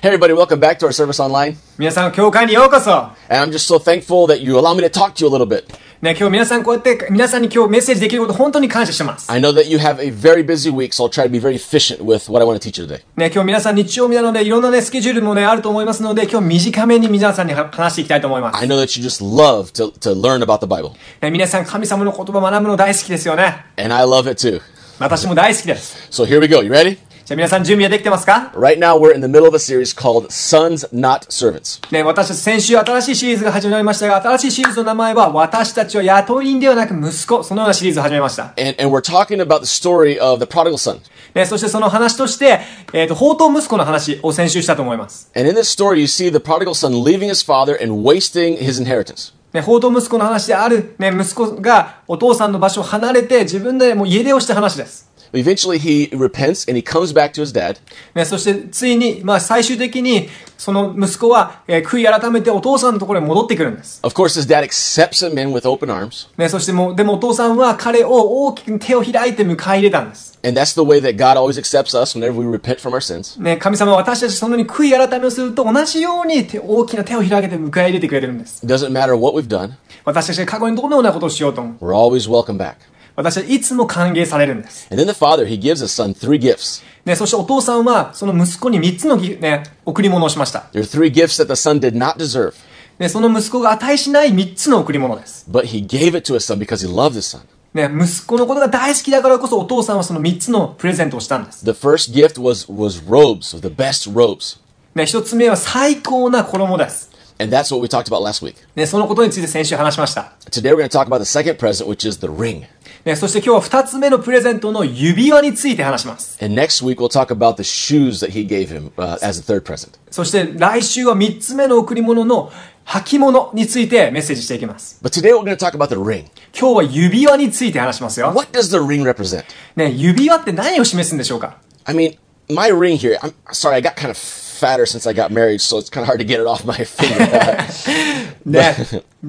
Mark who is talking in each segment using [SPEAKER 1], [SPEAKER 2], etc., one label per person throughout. [SPEAKER 1] Hey everybody, welcome back to our service online.
[SPEAKER 2] 皆さん、教会にようこそ
[SPEAKER 1] And I'm just so thankful that you allow me to talk to you a little bit.
[SPEAKER 2] ね、今日皆さんこうやって、皆さんに今日メッセージできること本当に感謝してます。
[SPEAKER 1] I know that you have a very busy week, so I'll try to be very efficient with what I want to teach you today.
[SPEAKER 2] ね、今日皆さん日曜日なので、いろんなね、スケジュールもね、あると思いますので、今日短めに皆さんに話していきたいと思いま
[SPEAKER 1] I
[SPEAKER 2] す。
[SPEAKER 1] know that you just love to, to learn about the Bible,
[SPEAKER 2] ね、皆さん神様の言葉学ぶの大好きですよね。
[SPEAKER 1] and I love it too.
[SPEAKER 2] 私も大好きです。
[SPEAKER 1] So here we go. You ready?
[SPEAKER 2] じゃあ皆さん準備はできてますか
[SPEAKER 1] Right now, we're in the middle of a series called Sons Not Servants.
[SPEAKER 2] ね、私たち先週新しいシリーズが始まりましたが、新しいシリーズの名前は、私たちは雇い人ではなく息子、そのようなシリーズを始めました。
[SPEAKER 1] And, and we're talking about the story of the prodigal son.
[SPEAKER 2] ね、そしてその話として、えっ、と、宝刀息子の話を先週したと思います。
[SPEAKER 1] And in this story, you see the prodigal son leaving his father and wasting his inheritance.
[SPEAKER 2] ね、報道息子の話である、ね、息子がお父さんの場所を離れて自分でもう家出をした話です。
[SPEAKER 1] Eventually, he repents and he comes back to his dad.
[SPEAKER 2] ね、そしてついに、まあ最終的に、その息子は、えー悔い改めてお父さんのところに戻ってくるんです。
[SPEAKER 1] Of course, his dad accepts him in with open arms.
[SPEAKER 2] ね、そしてもう、でもお父さんは彼を大きく手を開いて迎え入れたんです。
[SPEAKER 1] And that's the way that God always accepts us whenever we repent from our sins.
[SPEAKER 2] ね、神様は私たちそのように悔い改めをすると同じように手大きな手を開けて迎え入れてくれるんです。
[SPEAKER 1] It doesn't matter what we've done,
[SPEAKER 2] 私たちが過去にどのようなことをしようとも、
[SPEAKER 1] we're always welcome back.
[SPEAKER 2] 私たちはいつも歓迎されるんです。
[SPEAKER 1] And then the father, he gives his son three gifts.
[SPEAKER 2] ね、そしてお父さんはその息子に3つのぎ、ね、贈り物をしました。
[SPEAKER 1] There are three gifts that the son did not deserve,
[SPEAKER 2] ね、その息子が値しない3つの贈り物です。
[SPEAKER 1] but he gave it to his son because he loved his son.
[SPEAKER 2] ね、息子のことが大好きだからこそお父さんはその3つのプレゼントをしたんです。
[SPEAKER 1] The first gift was, was robes, the best robes.
[SPEAKER 2] ね、1つ目は最高な衣です。
[SPEAKER 1] And that's what we talked about last week.
[SPEAKER 2] ね、そのことについて先週話しました。
[SPEAKER 1] Today we're going to talk about the second present, which is the ring.
[SPEAKER 2] ね、そして今日は2つ目のプレゼントの指輪について話します。
[SPEAKER 1] And next week we'll talk about the shoes that he gave him uh, as a third present.
[SPEAKER 2] そして来週は3つ目の贈り物の履物についてメッセージしていきます。
[SPEAKER 1] But today we're going to talk about the ring.
[SPEAKER 2] 今日は指輪について話しますよ。
[SPEAKER 1] What does the ring represent?
[SPEAKER 2] ね、指輪って何を示すんでしょうか
[SPEAKER 1] I mean, my ring here. I'm sorry, I got kind of fatter since I got married, so it's kind of hard to get it off my finger.
[SPEAKER 2] ね、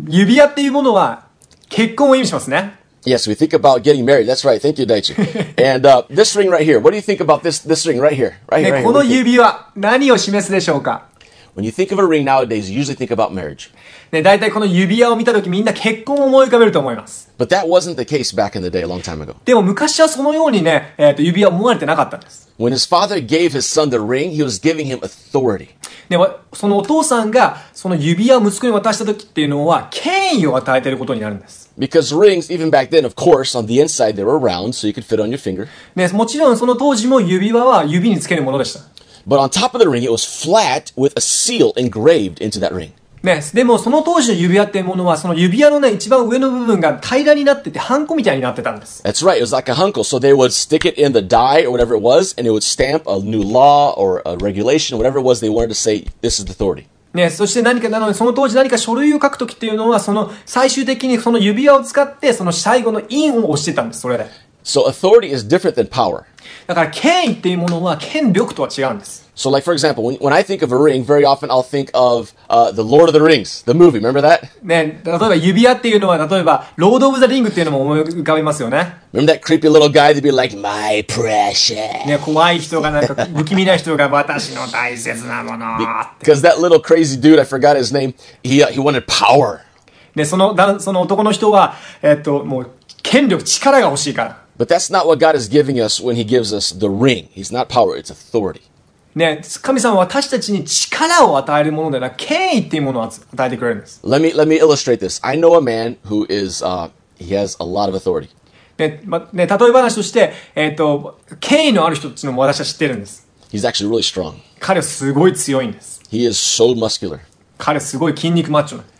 [SPEAKER 2] 指輪っていうものは結婚を意味しますね。
[SPEAKER 1] yes, we think about getting married. That's right. Thank you, Daichi. and uh, this ring right here. What do you think about this? This ring right here, right here.
[SPEAKER 2] ね、
[SPEAKER 1] right
[SPEAKER 2] こ
[SPEAKER 1] here.
[SPEAKER 2] の
[SPEAKER 1] What do you think?
[SPEAKER 2] 指輪、何を示すでしょうか、
[SPEAKER 1] When you think of a ring nowadays, you usually think about marriage,
[SPEAKER 2] ね、大体この指輪を見たときみんな結婚を思い浮かべると思います。
[SPEAKER 1] but that wasn't the case back in the day, a long time ago.
[SPEAKER 2] でも昔はそのようにね、えーと指輪を思われてなかったんです。
[SPEAKER 1] When his father gave his son the ring, he was giving him authority.
[SPEAKER 2] で、わそのお父さんがその指輪を息子に渡したときっていうのは権威を与えていることになるんです。
[SPEAKER 1] Because rings, even back then, of course, on the inside they were round, so you could fit on your finger.
[SPEAKER 2] ね、もちろんその当時も指輪は指につけるものでした。
[SPEAKER 1] But on top of the ring, it was flat with a seal engraved into that ring.
[SPEAKER 2] ね、でもその当時の指輪っていうものはその指輪のね、一番上の部分が平らになっててハンコみたいになってたんです。
[SPEAKER 1] That's right. It was like a hunkel. So they would stick it in the die or whatever it was, and it would stamp a new law or a regulation, whatever it was they wanted to say, this is the authority.
[SPEAKER 2] ね、そして何か、なので、その当時何か書類を書くときっていうのは、その、最終的にその指輪を使って、その最後の印を押してたんです、それで。
[SPEAKER 1] So authority is different than power.
[SPEAKER 2] だから、権威っていうものは、権力とは違うんです。
[SPEAKER 1] So, like, for example, when, when I think of a ring, very often I'll think of uh, the Lord of the Rings, the movie. Remember that?
[SPEAKER 2] ね、例えば指輪っていうのは、例えば、ロード・オブ・ザ・リングっていうのも思い浮かべますよね。
[SPEAKER 1] Remember that creepy little guy that'd be like, my precious.
[SPEAKER 2] ね、怖い人がなんか、不気味な人が、私の大切なものって。
[SPEAKER 1] Because that little crazy dude, I forgot his name, he, uh, he wanted power.
[SPEAKER 2] ね、その、だその男の人は、えっと、もう、権力、力が欲しいから。
[SPEAKER 1] But that's not what God is giving us when he gives us the ring. He's not power, it's authority.
[SPEAKER 2] ね、神様は私たちに力を与えるものではなく、権威っていうものを与えてくれるんです。
[SPEAKER 1] Let me let me illustrate this. I know a man who is uh, he has a lot of authority.
[SPEAKER 2] ね、ま、ね、例え話として、えっ、と、権威のある人っていうのも私は知ってるんです。
[SPEAKER 1] He's actually really strong.
[SPEAKER 2] 彼はすごい強いんです。
[SPEAKER 1] He is so muscular,
[SPEAKER 2] 彼はすごい筋肉マッチョなんです。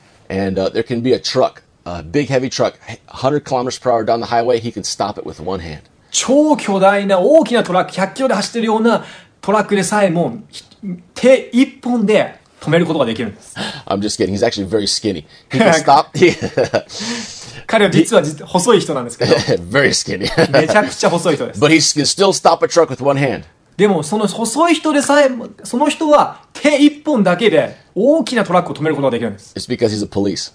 [SPEAKER 1] and uh, there can be a truck, a big heavy truck, 100 kilometers per hour down the highway. He can stop it with one hand.
[SPEAKER 2] 超巨大な大きなトラック、100キロで走ってるようなトラックでさえも、ひ手一本で止めることができるんです。
[SPEAKER 1] I'm just kidding. He's actually very skinny. He can stop. He,
[SPEAKER 2] 彼は実は実細い人なんで すけど、
[SPEAKER 1] very skinny.
[SPEAKER 2] めちゃくちゃ細い人です。
[SPEAKER 1] but he can still stop a truck with one hand.
[SPEAKER 2] でも、その細い人でさえも、その人は手一本だけで大きなトラックを止めることができるんです。
[SPEAKER 1] It's because he's a police.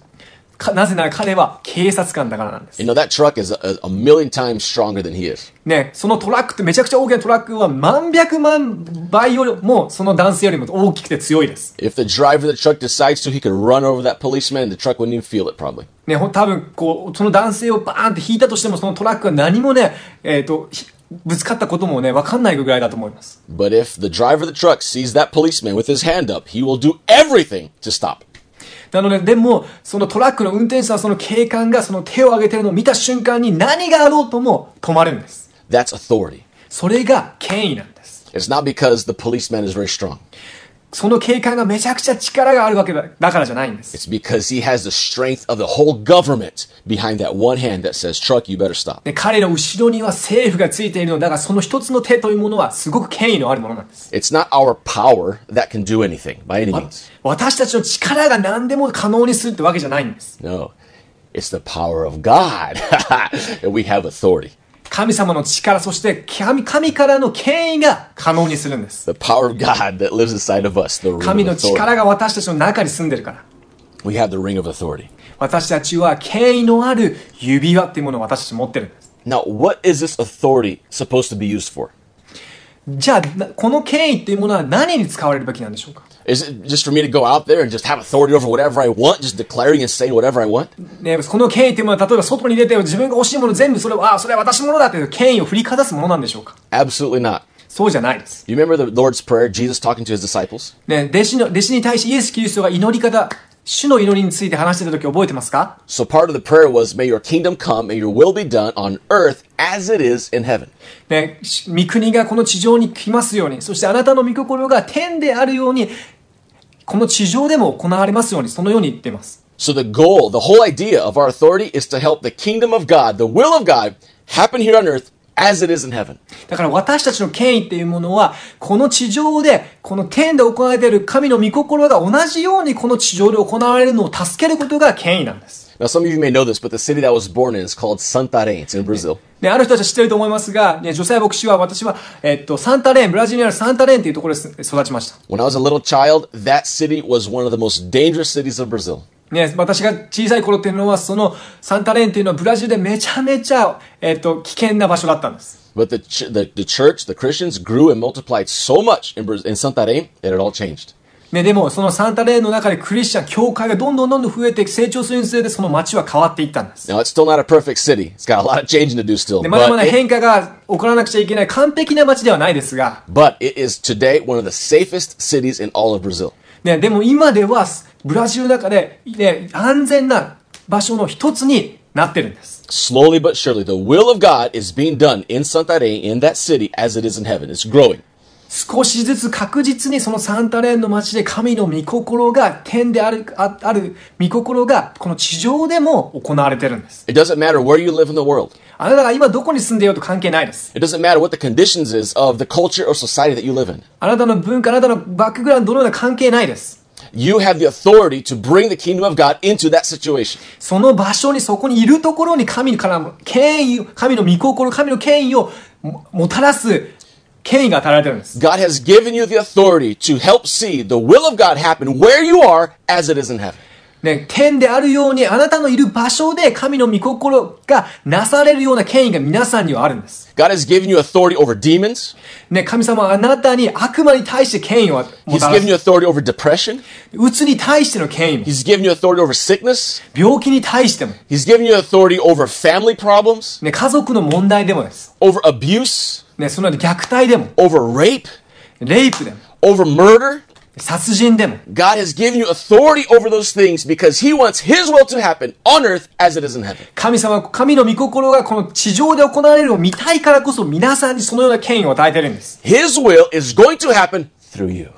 [SPEAKER 2] かなぜなら彼は警察官だからなんです。
[SPEAKER 1] You know, that truck is a, a million times stronger than he is.
[SPEAKER 2] ね、そのトラックってめちゃくちゃ大きなトラックは何百万倍よりもその男性よりも大きくて強いです。
[SPEAKER 1] If the driver of the truck decides to, he could run over that policeman and the truck wouldn't even feel it, probably.
[SPEAKER 2] ね、ほん多分こう、その男性をバーンって引いたとしてもそのトラックは何もね、えっ、と、ひぶつかったこともね、わかんないぐらいだと思います。
[SPEAKER 1] But if the driver of the truck sees that policeman with his hand up, he will do everything to stop it.
[SPEAKER 2] なので、でも、そのトラックの運転手さん、その警官がその手を上げてるのを見た瞬間に何があろうとも止まるんです。
[SPEAKER 1] That's authority.
[SPEAKER 2] それが権威なんです。
[SPEAKER 1] It's not because the policeman is very strong.
[SPEAKER 2] その警官がめちゃくちゃ力があるわけだだからじゃないんです。
[SPEAKER 1] It's because he has the strength of the whole government behind that one hand that says, truck, you better stop.
[SPEAKER 2] で彼の後ろには政府がついているのだが、その一つの手というものはすごく権威のあるものなんです。
[SPEAKER 1] It's not our power that can do anything by any means.
[SPEAKER 2] 私たちの力が何でも可能にするってわけじゃないんです。
[SPEAKER 1] No, it's the power of God. and we have authority.
[SPEAKER 2] 神様の力、そして神神からの権威が可能にするんです。
[SPEAKER 1] The power of God that lives inside of us, the ring
[SPEAKER 2] 神
[SPEAKER 1] of
[SPEAKER 2] の
[SPEAKER 1] authority.
[SPEAKER 2] 力が私たちの中に住んでるから。
[SPEAKER 1] We have the ring of authority.
[SPEAKER 2] 私たちは権威のある指輪っていうものを私たち持ってるんです。
[SPEAKER 1] Now, what is this authority supposed to be used for?
[SPEAKER 2] じゃあ、なこの権威っていうものは何に使われるべきなんでしょうか
[SPEAKER 1] Is it just for me to go out there and just have authority over whatever I want, just declaring and saying whatever I want?
[SPEAKER 2] ね、この権威というものは、例えば外に出て自分が欲しいもの全部それを、ああ、それは私のものだという権威を振りかざすものなんでしょうか
[SPEAKER 1] Absolutely not.
[SPEAKER 2] そうじゃないです。
[SPEAKER 1] You remember the Lord's Prayer, Jesus talking to his disciples?
[SPEAKER 2] ね、弟子の、弟子に対してイエス・キリストが祈り方、主の祈りについて話してた時覚えてますか
[SPEAKER 1] So part of the prayer was, May your kingdom come, may your will be done on earth as it is in heaven.
[SPEAKER 2] ね、し御国がこの地上に来ますように、そしてあなたの御心が天であるように、この地上でも行われますように、そのように言っています。
[SPEAKER 1] So the goal, the whole idea of our authority is to help the kingdom of God, the will of God, happen here on earth as it is in heaven.
[SPEAKER 2] だから私たちの権威っていうものは、この地上で、この天で行われている神の御心が同じようにこの地上で行われるのを助けることが権威なんです。
[SPEAKER 1] Now some of you may know this, but the city that I was born in is called Santarém. It's in Brazil.
[SPEAKER 2] ね、ある人たちは知ってると思いますが、ね、女性牧師は私は、えっと、サンタレーン、ブラジルにあるサンタレーンっていうところです育ちました。
[SPEAKER 1] When I was a little child, that city was one of the most dangerous cities of Brazil.
[SPEAKER 2] ね、私が小さい頃っていうのは、そのサンタレーンっていうのはブラジルでめちゃめちゃ、えっと、危険な場所だったんです。
[SPEAKER 1] But the, ch- the, the church, the Christians grew and multiplied so much in, Braz- in Santarém that it all changed.
[SPEAKER 2] ね、でも、そのサンタレーンの中でクリスチャン、教会がどんどんどんどん増えて成長するにつれて、その街は変わっていったんです。
[SPEAKER 1] Now, it's still not a perfect city. It's got a lot of changing to do still.
[SPEAKER 2] で、まだま
[SPEAKER 1] But
[SPEAKER 2] だ
[SPEAKER 1] it,
[SPEAKER 2] 変化が起こらなくちゃいけない完璧な街ではないですが、
[SPEAKER 1] but it is today one of the safest cities in all of Brazil.
[SPEAKER 2] ね、でも今では、ブラジルの中で、ね、安全な場所の一つになってるんです。
[SPEAKER 1] Slowly but surely, the will of God is being done in Santarém, in that city, as it is in heaven. It's growing.
[SPEAKER 2] 少しずつ確実にそのサンタレーンの街で神の御心が天である、あある御心がこの地上でも行われてるんです。
[SPEAKER 1] It doesn't matter where you live in the world.
[SPEAKER 2] あなたが今どこに住んでいようと関係ないです。
[SPEAKER 1] It doesn't matter what the conditions is of the culture or society that you live in.
[SPEAKER 2] あなたの文化、あなたのバックグラウンドのような関係ないです。
[SPEAKER 1] You have the authority to bring the kingdom of God into that situation.
[SPEAKER 2] その場所に、そこにいるところに神からの権威、神の御心、神の権威をももたらす権威が与えられてるんです。
[SPEAKER 1] God has given you the authority to help see the will of God happen where you are as it is in heaven.
[SPEAKER 2] ね、天であるようにあなたのいる場所で神の御心がなされるような権威が皆さんにはあるんです。
[SPEAKER 1] God has given you authority over demons.
[SPEAKER 2] ね、神様はあなたに悪魔に対して権威をも
[SPEAKER 1] He's
[SPEAKER 2] たら
[SPEAKER 1] given
[SPEAKER 2] す
[SPEAKER 1] you。authority over depression.
[SPEAKER 2] うつに対しての権威も、
[SPEAKER 1] He's given you authority over sickness.
[SPEAKER 2] 病気に対しても、
[SPEAKER 1] He's given you authority over family problems,
[SPEAKER 2] ね、家族の問題でもです。
[SPEAKER 1] over abuse,
[SPEAKER 2] ね、その虐待でも、
[SPEAKER 1] over rape,
[SPEAKER 2] レイプでも、
[SPEAKER 1] over murder.
[SPEAKER 2] 殺人でも、
[SPEAKER 1] God has given you authority over those things because He wants His will to happen on earth as it is in heaven.
[SPEAKER 2] 神様、神の御心がこの地上で行われるのを見たいからこそ皆さんにそのような権威を与えてるんです。
[SPEAKER 1] His will is going to happen through you.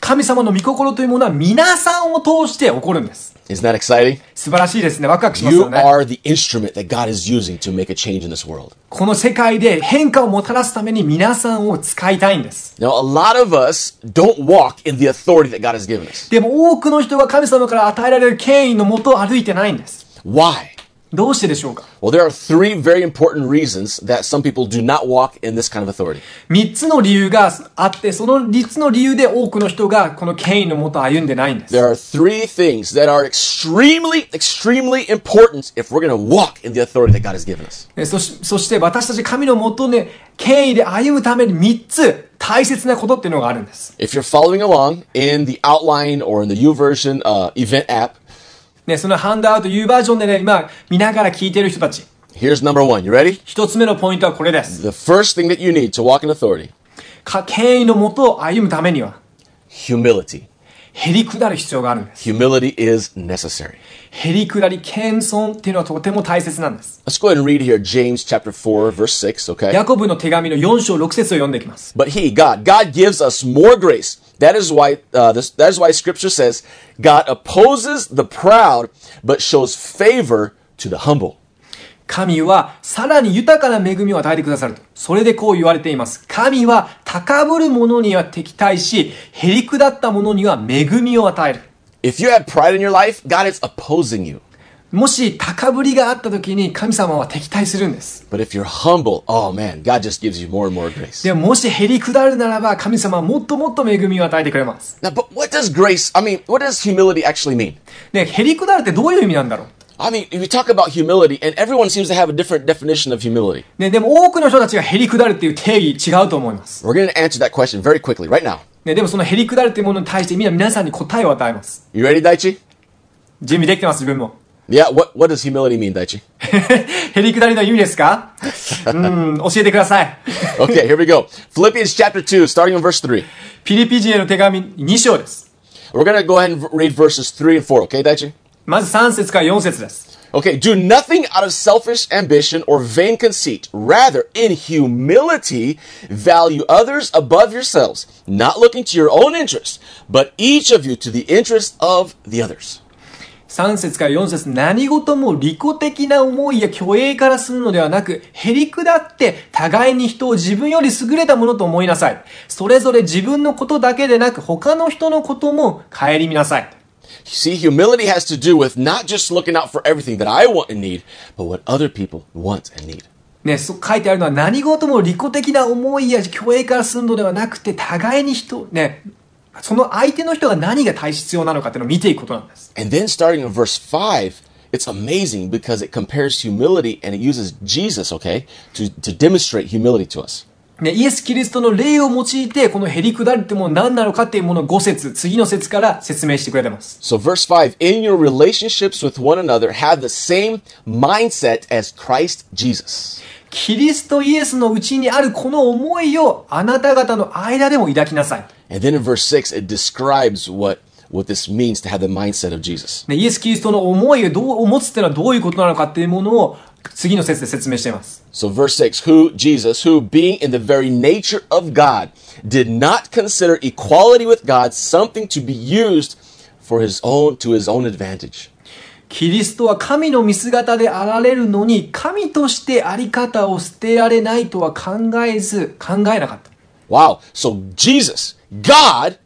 [SPEAKER 2] 神様の御心というものは皆さんを通して起こるんです。
[SPEAKER 1] Isn't that exciting?
[SPEAKER 2] 素晴らしいですね。ワクワクします
[SPEAKER 1] You
[SPEAKER 2] よね。
[SPEAKER 1] are the instrument that God is using to make a change in this world.
[SPEAKER 2] この世界で変化をもたらすために皆さんを使いたいんです。
[SPEAKER 1] Now, a lot of us don't walk in the authority that God has given us.
[SPEAKER 2] でも多くの人は神様から与えられる権威のもとを歩いてないんです。
[SPEAKER 1] Why?
[SPEAKER 2] どうしてでしょうか
[SPEAKER 1] Well, there are three very important reasons that some people do not walk in this kind of authority.
[SPEAKER 2] 三つの理由があって、その三つの理由で多くの人がこの権威のもと歩んでないんです。
[SPEAKER 1] There are three things that are extremely, extremely important if we're going to walk in the authority that God has given us.
[SPEAKER 2] えそし、そして私たち神のもとで権威で歩むために三つ大切なことっていうのがあるんです。
[SPEAKER 1] If you're following along in the outline or in the YouVersion uh, event app,
[SPEAKER 2] ね、そのハンドアウト U バージョンでね、今見ながら聞いてる人たち。
[SPEAKER 1] here's number one. You ready?
[SPEAKER 2] 一つ目のポイントはこれです。
[SPEAKER 1] The first thing that you need to walk in authority
[SPEAKER 2] か権威のもとを歩むためには、
[SPEAKER 1] humility.
[SPEAKER 2] へりくだる必要があるんです。
[SPEAKER 1] Humility is necessary.
[SPEAKER 2] へりくだり、謙遜っていうのはとても大切なんです。
[SPEAKER 1] Let's go ahead and read here James chapter 4, verse 6, okay?
[SPEAKER 2] ヤコブの手紙の4章6節を読んでいきます。
[SPEAKER 1] But he, God, God gives us more grace. That is why uh, this, that is why Scripture says God opposes the proud, but shows favor to the humble.
[SPEAKER 2] 神はさらに豊かな恵みを与えてくださると。それでこう言われています。神は高ぶる者には敵対し、へりくだった者には恵みを与える。
[SPEAKER 1] If you have pride in your life, God is opposing you.
[SPEAKER 2] もし高ぶりがあった時に神様は敵対するんです。
[SPEAKER 1] But if you're humble, oh man, God just gives you more and more grace.
[SPEAKER 2] でももしへりくだるならば神様はもっともっと恵みを与えてくれます。
[SPEAKER 1] Now, but what does grace? I mean, what does humility actually mean?
[SPEAKER 2] ね、へりくだるってどういう意味なんだろう
[SPEAKER 1] I mean, we talk about humility, and everyone seems to have a different definition of humility.
[SPEAKER 2] ね、でも多くの人たちがへりくだるっていう定義違うと思います。
[SPEAKER 1] We're going to answer that question very quickly right now.
[SPEAKER 2] ね、でもそのへりくだるっていうものに対してみんな皆さんに答えを与えます。
[SPEAKER 1] You ready, Daichi?
[SPEAKER 2] 準備できてます、自分も。
[SPEAKER 1] Yeah. What What does humility mean, Daichi?
[SPEAKER 2] へりくだりの意味ですかうーん、教えてください。
[SPEAKER 1] Okay, here we go. Philippians chapter two, starting in verse three.
[SPEAKER 2] ピリピ人への手紙2章です。
[SPEAKER 1] We're going to go ahead and v- read verses 3 and 4, okay, Daichi?
[SPEAKER 2] まず3節から4節です。
[SPEAKER 1] Okay, do nothing out of selfish ambition or vain conceit. Rather, in humility, value others above yourselves, not looking to your own interests, but each of you to the interests of the others.
[SPEAKER 2] 3節から4節何事も利己的な思いや虚栄からするのではなく、へりくだって互いに人を自分より優れたものと思いなさい。それぞれ自分のことだけでなく、他の人のことも顧みなさい。
[SPEAKER 1] See, humility has to do with not just looking out for everything that I want and need, but what other people want and need.
[SPEAKER 2] ね、そう書いてあるのは何事も利己的な思いや虚栄からするのではなくて、互いに人、ね、その相手の人が何が大必要なのかっていうのを見ていくことなんです。
[SPEAKER 1] And then starting in verse 5, it's amazing because it compares humility and it uses Jesus, okay, to, to demonstrate humility to us.
[SPEAKER 2] ね、イエス・キリストの霊を用いて、このへりくだるってものは何なのかっていうものを5節、次の節から説明してくれてます。
[SPEAKER 1] So, verse 5 In your relationships with one another, have the same mindset as Christ Jesus.
[SPEAKER 2] キリストイエスのうちにあるこの思いをあなた方の間でも抱きなさい。
[SPEAKER 1] And then in verse 6, it describes what, what this means to have the mindset of Jesus.
[SPEAKER 2] ね、イエス・キリストの思いをどう、を持つっていうのはどういうことなのかっていうものを次の節で説明しています。
[SPEAKER 1] So, verse 6 Who, Jesus, who being in the very nature of God, did not consider equality with God something to be used for his own, to his own advantage.
[SPEAKER 2] キリストは神の見姿であられるのに、神としてあり方を捨てられないとは考えず、考えなかった。
[SPEAKER 1] Wow. So, Jesus, God,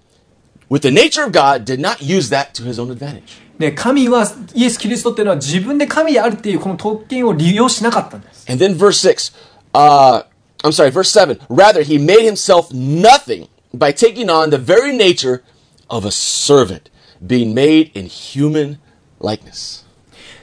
[SPEAKER 1] with the nature of God, did not use that to his own advantage.
[SPEAKER 2] ね、神は、イエス・キリストっていうのは自分で神であるっていうこの特権を利用しなかったんです。
[SPEAKER 1] And then verse 6, uh, I'm sorry, verse 7. Rather, he made himself nothing by taking on the very nature of a servant, being made in human likeness.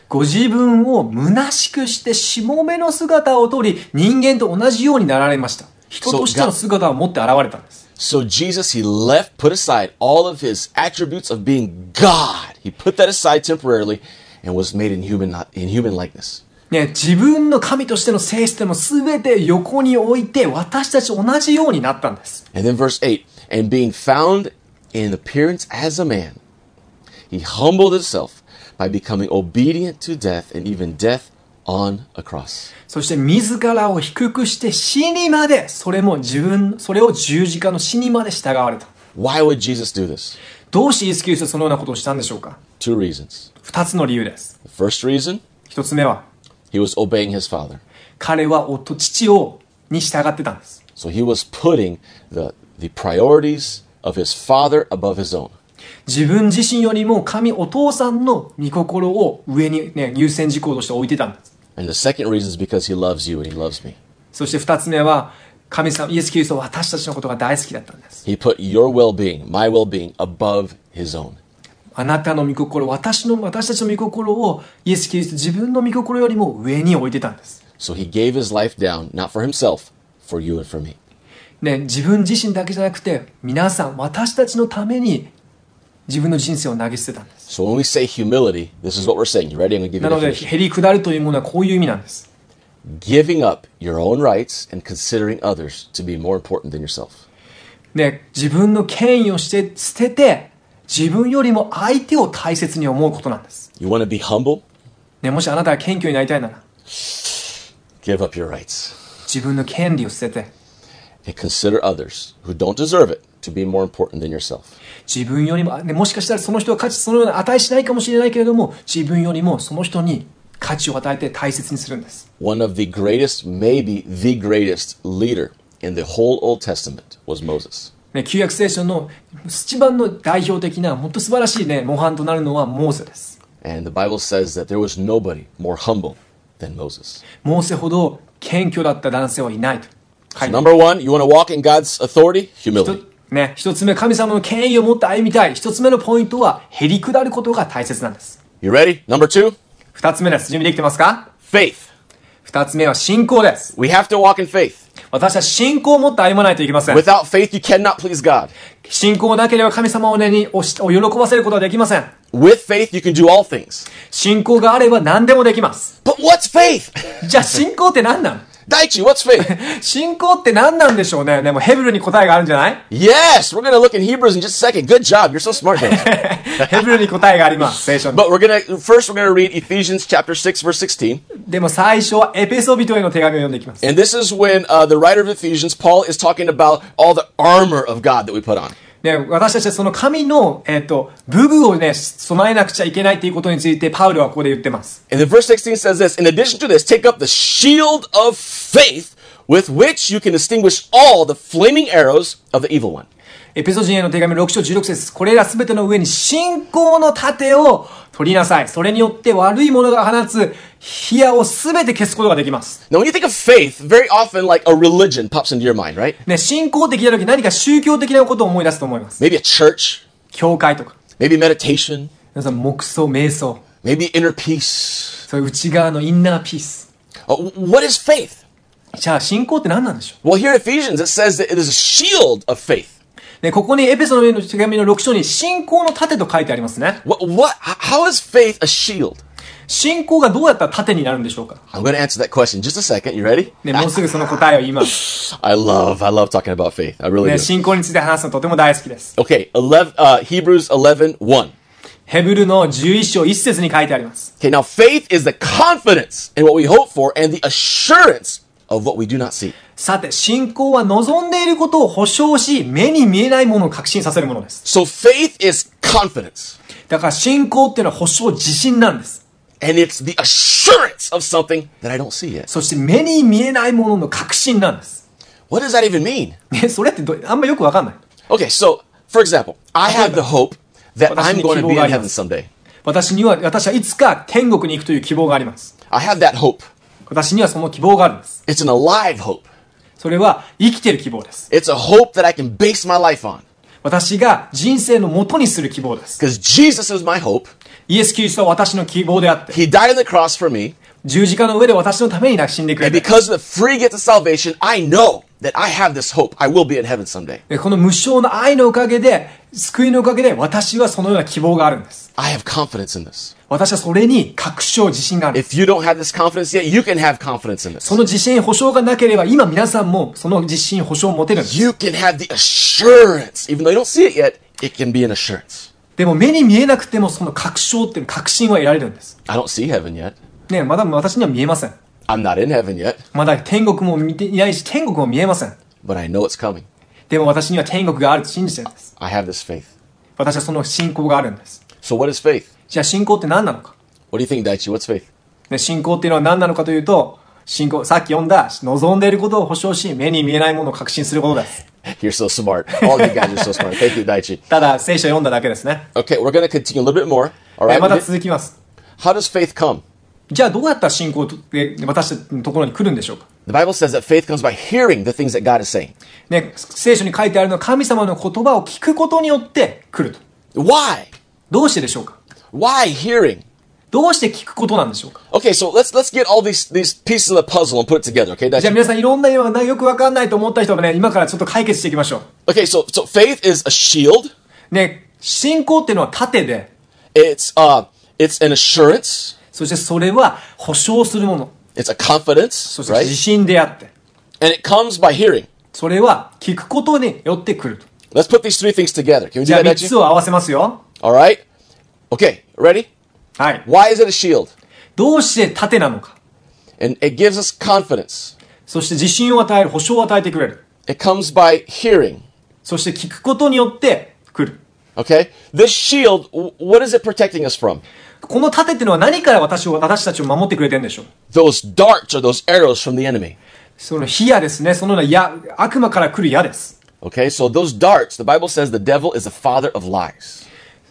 [SPEAKER 2] ご自分を虚しくしてしもめの姿をとり、人間と同じようになられました。人としての姿を持って現れたんです。
[SPEAKER 1] So Jesus, he left, put aside all of his attributes of being God. He put that aside temporarily and was made in human, in human likeness.
[SPEAKER 2] ね、自分の神としての性質というのを全て横に置いて、私たちと同じようになったんです。
[SPEAKER 1] And then verse 8, and being found in appearance as a man, he humbled himself by becoming obedient to death and even death on a cross.
[SPEAKER 2] そして自らを低くして死にまで、それも自分、それを十字架の死にまで従われた。
[SPEAKER 1] Why would Jesus do this?
[SPEAKER 2] どうしてイエス・キリストはそのようなことをしたんでしょうか
[SPEAKER 1] Two reasons.
[SPEAKER 2] 二つの理由です。
[SPEAKER 1] The first reason,
[SPEAKER 2] 一つ目は、
[SPEAKER 1] he was obeying his father.
[SPEAKER 2] 彼は夫、父を、に従ってたんです。
[SPEAKER 1] So he was putting the, the priorities of his father above his own.
[SPEAKER 2] 自分自身よりも神お父さんの御心を上にね、優先事項として置いてたんです。
[SPEAKER 1] And the second reason is because he loves you and he loves me.
[SPEAKER 2] そして二つ目は、神様、イエス・キリストは私たちのことが大好きだったんです。
[SPEAKER 1] He put your well being, my well being, above his own.
[SPEAKER 2] あなたの御心、私の、私たちの御心を、イエス・キリスト自分の御心よりも上に置いてたんです。
[SPEAKER 1] So he gave his life down, not for himself, for you and for me.
[SPEAKER 2] ね、自分自身だけじゃなくて、皆さん、私たちのために自分の人生を投げ捨てたんです。
[SPEAKER 1] So when we say humility, this is what we're saying. You ready? I'm going to give
[SPEAKER 2] な
[SPEAKER 1] you
[SPEAKER 2] の
[SPEAKER 1] the
[SPEAKER 2] で、
[SPEAKER 1] definition.
[SPEAKER 2] へり下るというものはこういう意味なんです。
[SPEAKER 1] Giving up your own rights and considering others to be more important than yourself.
[SPEAKER 2] ね、自分の権威をして捨てて、自分よりも相手を大切に思うことなんです。
[SPEAKER 1] You want to be humble?
[SPEAKER 2] ね、もしあなたが謙虚になりたいなら、
[SPEAKER 1] Give up your rights
[SPEAKER 2] 自分の権利を捨てて、
[SPEAKER 1] and consider others who don't deserve it to be more important than yourself.
[SPEAKER 2] 自分よりも、ね、もしかしたらその人は価値そのような値しないかもしれないけれども、自分よりもその人に価値を与えて大切にするんです。
[SPEAKER 1] One of the greatest, maybe the greatest leader in the whole Old Testament was Moses.
[SPEAKER 2] ね、旧約聖書の一番の代表的な、もっと素晴らしいね、模範となるのはモーセです。
[SPEAKER 1] And the Bible says that there was nobody more humble than Moses.
[SPEAKER 2] モーセほど謙虚だった男性はいないと。は
[SPEAKER 1] So
[SPEAKER 2] い。
[SPEAKER 1] number one, you want to walk in God's authority? Humility.
[SPEAKER 2] ね、一つ目、神様の権威を持って歩みたい。一つ目のポイントは、へり下ることが大切なんです。
[SPEAKER 1] You ready? Number two,
[SPEAKER 2] 二つ目です。準備できてますか
[SPEAKER 1] faith.
[SPEAKER 2] 二つ目は信仰です。
[SPEAKER 1] We have to walk in faith.
[SPEAKER 2] 私は信仰を持って歩まないといけませ ん。
[SPEAKER 1] Without faith, you cannot please God.
[SPEAKER 2] 信仰なければ神様をねにおしお喜ばせることはできません。
[SPEAKER 1] With faith, you can do all things.
[SPEAKER 2] 信仰があれば何でもできます。
[SPEAKER 1] But what's faith?
[SPEAKER 2] じゃあ信仰って何なん
[SPEAKER 1] Daichi, what's faith?
[SPEAKER 2] 信仰って何なんでしょうね。でもヘブルに答えがあるんじゃない
[SPEAKER 1] yes, we're going to look in Hebrews in just a second. Good job. You're so smart, Dan.
[SPEAKER 2] ヘブルに答えがあり ます。聖書に。
[SPEAKER 1] but we're going to first we're going to read Ephesians chapter 6 verse 16.
[SPEAKER 2] でも最初はエペソビトへの手紙を読んでいきます。
[SPEAKER 1] And this is when uh, the writer of Ephesians Paul is talking about all the armor of God that we put on.
[SPEAKER 2] ね、私たちはその神の、えっ、と、武具をね、備えなくちゃいけないということについて、パウルはここで言ってます。
[SPEAKER 1] And then verse 16 says this In addition to this, take up the shield of faith with which you can distinguish all the flaming arrows of the evil one.
[SPEAKER 2] エペソ人への手紙6章16節これらすべての上に信仰の盾を取りなさい。それによって悪いものが放つ火矢をすべて消すことができます。
[SPEAKER 1] Now, when you think of faith, very often like a religion pops into your mind, right?
[SPEAKER 2] ね、信仰的な時何か宗教的なことを思い出すと思います。
[SPEAKER 1] Maybe a church,
[SPEAKER 2] 教会とか、
[SPEAKER 1] maybe meditation,
[SPEAKER 2] その黙想、瞑想、
[SPEAKER 1] maybe inner peace.
[SPEAKER 2] そういう内側のインナーピース。
[SPEAKER 1] Uh, what is faith?
[SPEAKER 2] じゃあ信仰って何なんでしょ
[SPEAKER 1] Well, here in Ephesians, it says that it is a shield of faith.
[SPEAKER 2] うね、ここにエペソの上の手紙の6章に信仰の盾と書いてありますね。
[SPEAKER 1] What, what, h- how is faith a shield?
[SPEAKER 2] 信仰がどうやったら盾になるんでしょうか
[SPEAKER 1] I'm going to answer that question in just a second. You ready?
[SPEAKER 2] ね、もうすぐその答えを言います。
[SPEAKER 1] I love, I love talking about faith. I really
[SPEAKER 2] ね、
[SPEAKER 1] do.
[SPEAKER 2] 信仰について話すのとても大好きです。
[SPEAKER 1] Okay, 11, uh, Hebrews 11, 1.
[SPEAKER 2] ヘブルの11章1節に書いてあります。
[SPEAKER 1] Okay, now faith is the confidence in what we hope for and the assurance of what we do not see.
[SPEAKER 2] さて、信仰は望んでいることを保証し、目に見えないものを確信させるものです。
[SPEAKER 1] So faith is confidence
[SPEAKER 2] だから信仰っていうのは保証、自信なんです。
[SPEAKER 1] and it's the assurance of something that I don't see yet.
[SPEAKER 2] そして目に見えないものの確信なんです。
[SPEAKER 1] What does that even mean?
[SPEAKER 2] ね、それってどあんまよくわかんない。
[SPEAKER 1] Okay, so for example, I have the hope that I'm going to be in heaven someday.
[SPEAKER 2] 私には、私はいつか天国に行くという希望があります。
[SPEAKER 1] I have that hope.
[SPEAKER 2] 私にはその希望があるんです。
[SPEAKER 1] It's an alive hope.
[SPEAKER 2] それは生きてる希望です。
[SPEAKER 1] It's a hope that I can base my life on
[SPEAKER 2] 私が人生の元にする希望です。
[SPEAKER 1] because Jesus is my hope.
[SPEAKER 2] イエス・キリストは私の希望であって、
[SPEAKER 1] He died on the cross for me,
[SPEAKER 2] 十字架の上で私のために死んでくれ
[SPEAKER 1] and
[SPEAKER 2] て、
[SPEAKER 1] because of the free gift of salvation, I know that I have this hope. I will be in heaven someday.
[SPEAKER 2] でこの無償の愛のおかげで、救いのおかげで、私はそのような希望があるんです。
[SPEAKER 1] I have confidence in this.
[SPEAKER 2] 私はそれに確証、自信がある。
[SPEAKER 1] If you don't have this confidence yet, you can have confidence in this.
[SPEAKER 2] その自信、保証がなければ、今皆さんもその自信、保証を持てるんです。
[SPEAKER 1] You can have the assurance, even though you don't see it yet, it can be an assurance.
[SPEAKER 2] でも目に見えなくても、その確証っていう確信は得られるんです。
[SPEAKER 1] I don't see heaven yet.
[SPEAKER 2] ねまだ私には見えません。
[SPEAKER 1] I'm not in heaven yet,
[SPEAKER 2] まだ天国も見ていないし、天国も見えません。
[SPEAKER 1] but I know it's coming.
[SPEAKER 2] でも私には天国があると信じてるんです。
[SPEAKER 1] I have this faith.
[SPEAKER 2] 私はその信仰があるんです。
[SPEAKER 1] So what is faith?
[SPEAKER 2] じゃあ信仰って何なのか。
[SPEAKER 1] What do you think, Daichi? What's faith?
[SPEAKER 2] で信仰っていうのは何なのかというと、信仰、さっき読んだ、望んでいることを保証し、目に見えないものを確信することです。
[SPEAKER 1] You're so smart. All you guys are so smart. Thank you, Daichi.
[SPEAKER 2] ただ、聖書を読んだだけですね。
[SPEAKER 1] Okay, we're going to continue a little bit more. All
[SPEAKER 2] え
[SPEAKER 1] right.
[SPEAKER 2] ま
[SPEAKER 1] We
[SPEAKER 2] だ
[SPEAKER 1] did-
[SPEAKER 2] 続きます。
[SPEAKER 1] How does faith come?
[SPEAKER 2] じゃあ、どうやったら信仰で私たちのところに来るんでしょうか
[SPEAKER 1] The Bible says that faith comes by hearing the things that God is saying.
[SPEAKER 2] ね、聖書に書いてあるのは神様の言葉を聞くことによって来ると。
[SPEAKER 1] Why?
[SPEAKER 2] どうしてでしょうか
[SPEAKER 1] Why hearing?
[SPEAKER 2] どうして聞くことなんでしょうか
[SPEAKER 1] Okay, so let's let's get all these these pieces of the puzzle and put it together. Okay,
[SPEAKER 2] じゃ
[SPEAKER 1] Daichi.
[SPEAKER 2] あ皆さんいろんなよよくわかんないと思った人はね、今からちょっと解決していきましょ
[SPEAKER 1] Okay, so so faith is a shield.
[SPEAKER 2] う。ね、信仰っていうのは盾で、
[SPEAKER 1] It's uh it's an assurance.
[SPEAKER 2] そしてそれは保証するもの。
[SPEAKER 1] It's a confidence,
[SPEAKER 2] そして自
[SPEAKER 1] right?
[SPEAKER 2] 信であって。
[SPEAKER 1] And it comes by hearing.
[SPEAKER 2] それは聞くことによって来ると。
[SPEAKER 1] Let's put these three things together. Can we
[SPEAKER 2] じ
[SPEAKER 1] do
[SPEAKER 2] ゃあ
[SPEAKER 1] that,
[SPEAKER 2] 3つ
[SPEAKER 1] Daichi?
[SPEAKER 2] を合わせますよ。
[SPEAKER 1] All right. Okay, ready?
[SPEAKER 2] はい。
[SPEAKER 1] Why is it a shield?
[SPEAKER 2] どうして盾なのか。
[SPEAKER 1] And it gives us confidence.
[SPEAKER 2] そして自信を与える、保証を与えてくれる。
[SPEAKER 1] It comes by hearing.
[SPEAKER 2] そして聞くことによって来る。
[SPEAKER 1] Okay? This shield, w- what is it protecting us from?
[SPEAKER 2] この盾っていうのは何から私を、私たちを守ってくれてるんでしょう
[SPEAKER 1] Those darts or those arrows from the enemy.
[SPEAKER 2] その火矢ですね。そのような矢、悪魔から来る矢です。
[SPEAKER 1] Okay? So those darts, the Bible says the devil is the father of lies.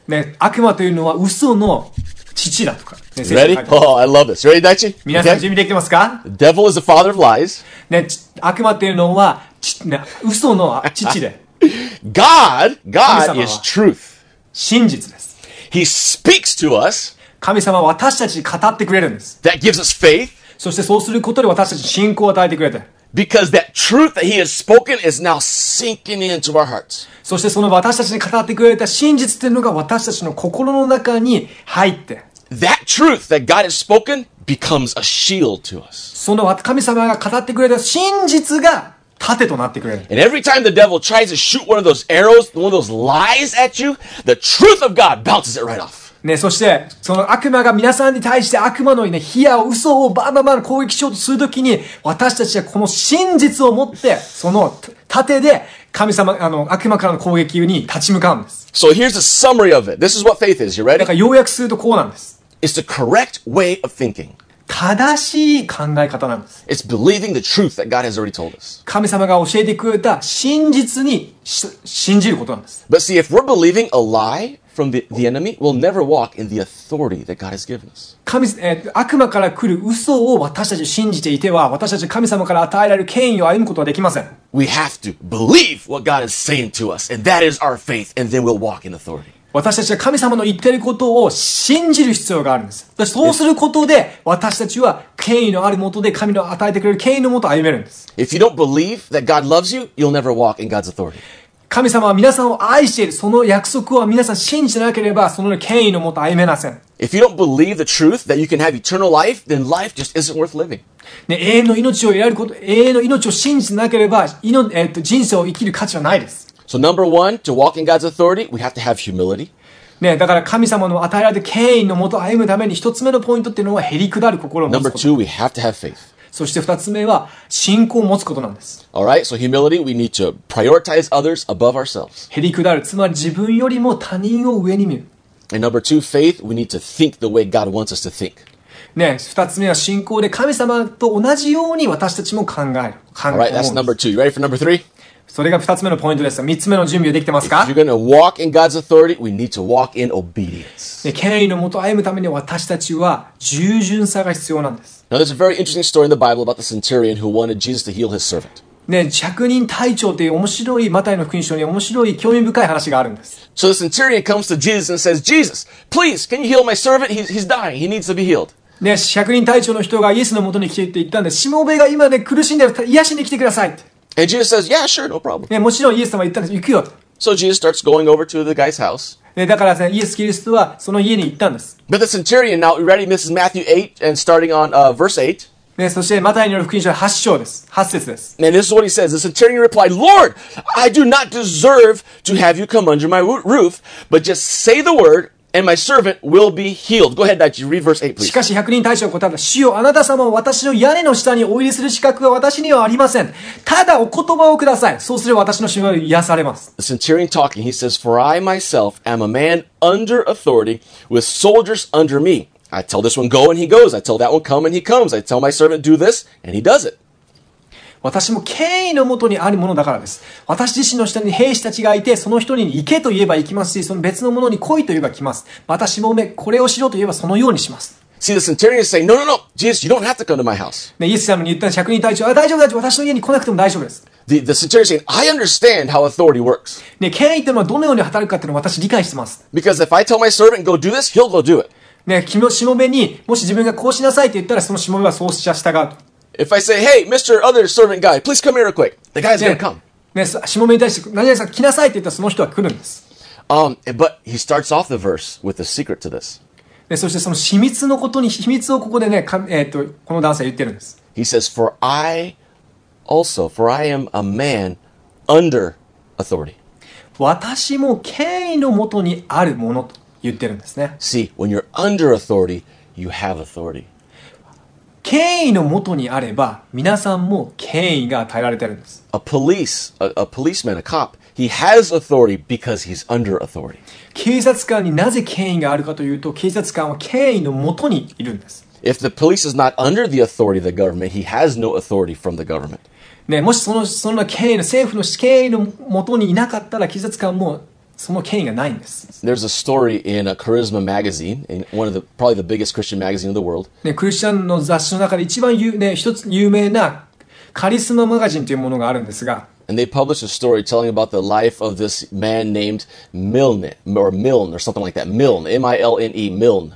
[SPEAKER 2] ね、悪魔というのは嘘の父だとか。ね、聖書に書
[SPEAKER 1] Ready?
[SPEAKER 2] いてある
[SPEAKER 1] Oh, I love this. Ready, Daichi?
[SPEAKER 2] 皆さん
[SPEAKER 1] Okay?
[SPEAKER 2] 準備できてますか
[SPEAKER 1] The devil is the father of lies.
[SPEAKER 2] ね、ち悪魔というのは、ちね、嘘の父で、
[SPEAKER 1] God, God
[SPEAKER 2] Kami-sama
[SPEAKER 1] is
[SPEAKER 2] wa-
[SPEAKER 1] truth.
[SPEAKER 2] 真実です。
[SPEAKER 1] He speaks to us.
[SPEAKER 2] 神様は私たちに語ってくれるんです。
[SPEAKER 1] That gives us faith
[SPEAKER 2] そしてそうすることで私たちに信仰を与えてくれて、
[SPEAKER 1] because that truth that he has spoken is now sinking into our hearts.
[SPEAKER 2] そしてその私たちに語ってくれた真実というのが私たちの心の中に入って、
[SPEAKER 1] That truth that God has spoken becomes a shield to us.
[SPEAKER 2] その神様が語ってくれた真実が盾となってくれる。
[SPEAKER 1] And every time the devil tries to shoot one of those arrows, one of those lies at you, the truth of God bounces it right off.
[SPEAKER 2] ね、そして、その悪魔が皆さんに対して悪魔のね、火や嘘をバンバンバン攻撃しようとするときに、私たちはこの真実を持って、その盾で神様、あの、悪魔からの攻撃に立ち向かうんです。
[SPEAKER 1] So here's a summary of it. This is what faith is. You
[SPEAKER 2] だか
[SPEAKER 1] ready?
[SPEAKER 2] ら要約するとこうなんです。
[SPEAKER 1] It's the correct way of thinking.
[SPEAKER 2] 正しい考え方なんです。
[SPEAKER 1] It's believing the truth that God has already told us.
[SPEAKER 2] 神様が教えてくれた真実にし信じることなんです。
[SPEAKER 1] But see, if we're believing a lie from the, the enemy, we'll never walk in the authority that God has given us.
[SPEAKER 2] 神、えー悪魔から来る嘘を私たち信じていては、私たち神様から与えられる権威を歩むことはできません。
[SPEAKER 1] We have to believe what God is saying to us, and that is our faith, and then we'll walk in authority.
[SPEAKER 2] 私たちは神様の言っていることを信じる必要があるんです。でそうすることで、私たちは権威のあるもとで神の与えてくれる権威のもと歩めるんです。
[SPEAKER 1] If you don't believe that God loves you, you'll never walk in God's authority.
[SPEAKER 2] 神様は皆さんを愛している。その約束を皆さん信じてなければ、その権威のもと歩めません。
[SPEAKER 1] If you don't believe the truth that you can have eternal life, then life just isn't worth living.
[SPEAKER 2] ね、永遠の命を得られること、永遠の命を信じてなければ、いのえっと人生を生きる価値はないです。
[SPEAKER 1] So, number one, to walk in God's authority, we have to have humility.
[SPEAKER 2] ね、だから神様の与えられた権威のもと歩むために一つ目のポイントっていうのはへりくだる心を持つ
[SPEAKER 1] Number
[SPEAKER 2] こと。
[SPEAKER 1] two, we have to have faith.
[SPEAKER 2] そして二つ目は信仰を持つことなんです。
[SPEAKER 1] All right, so humility, we need to prioritize others above ourselves.
[SPEAKER 2] へりくだる。つまり自分よりも他人を上に見る。
[SPEAKER 1] And number two, faith, we need to think the way God wants us to think.
[SPEAKER 2] ね、二つ目は信仰で神様と同じように私たちも考える。考
[SPEAKER 1] All right,
[SPEAKER 2] え
[SPEAKER 1] that's
[SPEAKER 2] る
[SPEAKER 1] number。two. You ready for number three?
[SPEAKER 2] それが二つ目のポイントです。三つ目の準備はできてます
[SPEAKER 1] If
[SPEAKER 2] か
[SPEAKER 1] you're going to walk in God's authority, we need to walk in obedience.
[SPEAKER 2] ね権威のもと歩むために私たちは従順さが必要なんです。
[SPEAKER 1] Now, there's a very interesting story in the Bible about the centurion who wanted Jesus to heal his servant.
[SPEAKER 2] ね、百人隊長という面白い、マタイの福音書に面白い、興味深い話があるんです。
[SPEAKER 1] So the centurion comes to Jesus and says, Jesus, please, can you heal my servant? He's, he's dying. He needs to be healed.
[SPEAKER 2] ね、百人隊長の人がイエスのもとに来てって言ったんで、しもべが今ね、苦しんでる、癒しに来てくださいって。
[SPEAKER 1] And Jesus says, Yeah, sure, no problem.
[SPEAKER 2] ね、もちろんイエス様は言ったんです。行くよと。
[SPEAKER 1] So Jesus starts going over to the guy's house.
[SPEAKER 2] ね、だからね、イエス・キリストはその家に行ったんです。
[SPEAKER 1] But the centurion, now, you ready? This is Matthew 8 and starting on uh, verse 8.
[SPEAKER 2] ね、そして、マタイによる福音書8章です。8節です。
[SPEAKER 1] And this is what he says. The centurion replied, Lord, I do not deserve to have you come under my roo- roof, but just say the word, and my servant will be healed. Go ahead, Daichi, read verse 8,
[SPEAKER 2] し
[SPEAKER 1] please.
[SPEAKER 2] かし、百人大将は答えた。主よ、あなた様を私の屋根の下にお入れする資格は私にはありません。ただ、お言葉をください。そうすれば私の主は癒されます。
[SPEAKER 1] The centurion talking, he says, For I myself am a man under authority with soldiers under me. I tell this one go and he goes. I tell that one come and he comes. I tell my servant do this and he does it.
[SPEAKER 2] 私も権威のもとにあるものだからです。私自身の下に兵士たちがいて、その一人に行けと言えば行きますし、その別のものに来いと言えば来ます。またしもめ、これをしろと言えばそのようにします。
[SPEAKER 1] See, the centurion is saying, No, no, no, Jesus, you don't have to come to my house.
[SPEAKER 2] ね、イエス様に言った百人隊長、あ、大丈夫大丈夫、私の家に来なくても大丈夫です。
[SPEAKER 1] The, the centurion is saying, I understand how authority works.
[SPEAKER 2] ね、権威ってのはどのように働くかっていうのを私理解してます。
[SPEAKER 1] Because if I tell my servant, go do this, he'll go do it.
[SPEAKER 2] ね、君のしもべに、もし自分がこうしなさいって言ったら、そのしもべはそうしちゃ従う。
[SPEAKER 1] If I say, hey, Mr. Other Servant Guy, please come here real quick, the guy's
[SPEAKER 2] ね
[SPEAKER 1] gonna come.、
[SPEAKER 2] ね、そしもべに対して、何々さん来なさいって言ったらその人は来るんです。
[SPEAKER 1] Um, but he starts off the verse with the secret to this.
[SPEAKER 2] ね、そしてその秘密のことに、秘密をここでね、かえっ、と、この男性は言ってるんです。
[SPEAKER 1] He says, For I also, for I am a man under authority.
[SPEAKER 2] 私も権威のもとにあるものと言ってるんですね。
[SPEAKER 1] See, when you're under authority, you have authority.
[SPEAKER 2] 権威のもとにあれば、皆さんも権威が与えられてるんです。
[SPEAKER 1] A police, a, a policeman, a cop, he has authority because he's under authority.
[SPEAKER 2] 警察官になぜ権威があるかというと、警察官は権威のもとにいるんです。
[SPEAKER 1] If the police is not under the authority of the government, he has no authority from the government.
[SPEAKER 2] ね、もしその、そんな権威の、政府の権威のもとにいなかったら、警察官もその権威がないんです。
[SPEAKER 1] There's a story in a Charisma magazine, in one of the probably the biggest Christian magazine in the world.
[SPEAKER 2] ね、クリスチャンの雑誌の中で一番有、ね、一つ有名なカリスママガジンというものがあるんですが、
[SPEAKER 1] and they published a story telling about the life of this man named Milne or Milne or something like that. Milne, M-I-L-N-E, E, Milne.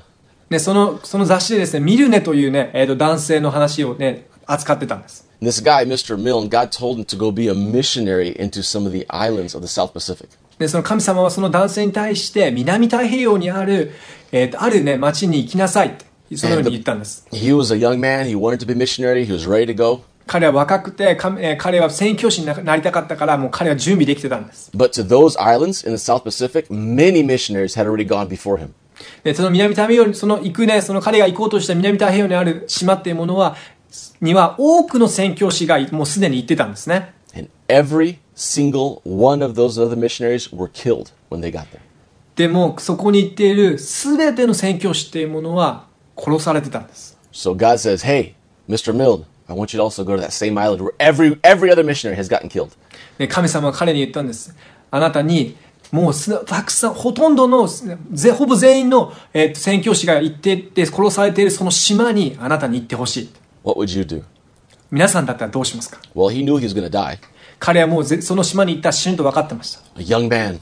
[SPEAKER 2] ね、その、その雑誌でですね、ミルネというね、えっ、と、男性の話をね、扱ってたんです。
[SPEAKER 1] And this guy, Mr. Milne, God told him to go be a missionary into some of the islands of the South Pacific.
[SPEAKER 2] で、その神様はその男性に対して、南太平洋にある、えっ、と、あるね、町に行きなさいって、そのように言ったんです。
[SPEAKER 1] He was a young man. He wanted to be a missionary. He was ready to go.
[SPEAKER 2] 彼は若くて、かえー彼は宣教師にななりたかったから、もう彼は準備できてたんです。
[SPEAKER 1] But to those islands in the South Pacific, many missionaries had already gone before him.
[SPEAKER 2] で、その南太平洋に、その行くね、その彼が行こうとした南太平洋にある島っていうものは、には多くの宣教師がもうすでに行ってたんですね。
[SPEAKER 1] And every single one of those other missionaries were killed when they got there.
[SPEAKER 2] でも、そこに行っている全ての宣教師っていうものは殺されてたんです。
[SPEAKER 1] So God says, Hey, Mr. Milne, I want you to also go to that same island where every, every other missionary has gotten killed.
[SPEAKER 2] で、神様は彼に言ったんです。あなたに、もうすたくさん、ほとんどの、ぜほぼ全員の、えっと宣教師が行ってって殺されているその島にあなたに行ってほしい。
[SPEAKER 1] What would you do?
[SPEAKER 2] 皆さんだったらどうしますか
[SPEAKER 1] Well, he knew he was going to die.
[SPEAKER 2] 彼はもうぜその島に行った瞬と分かってました。
[SPEAKER 1] A young man,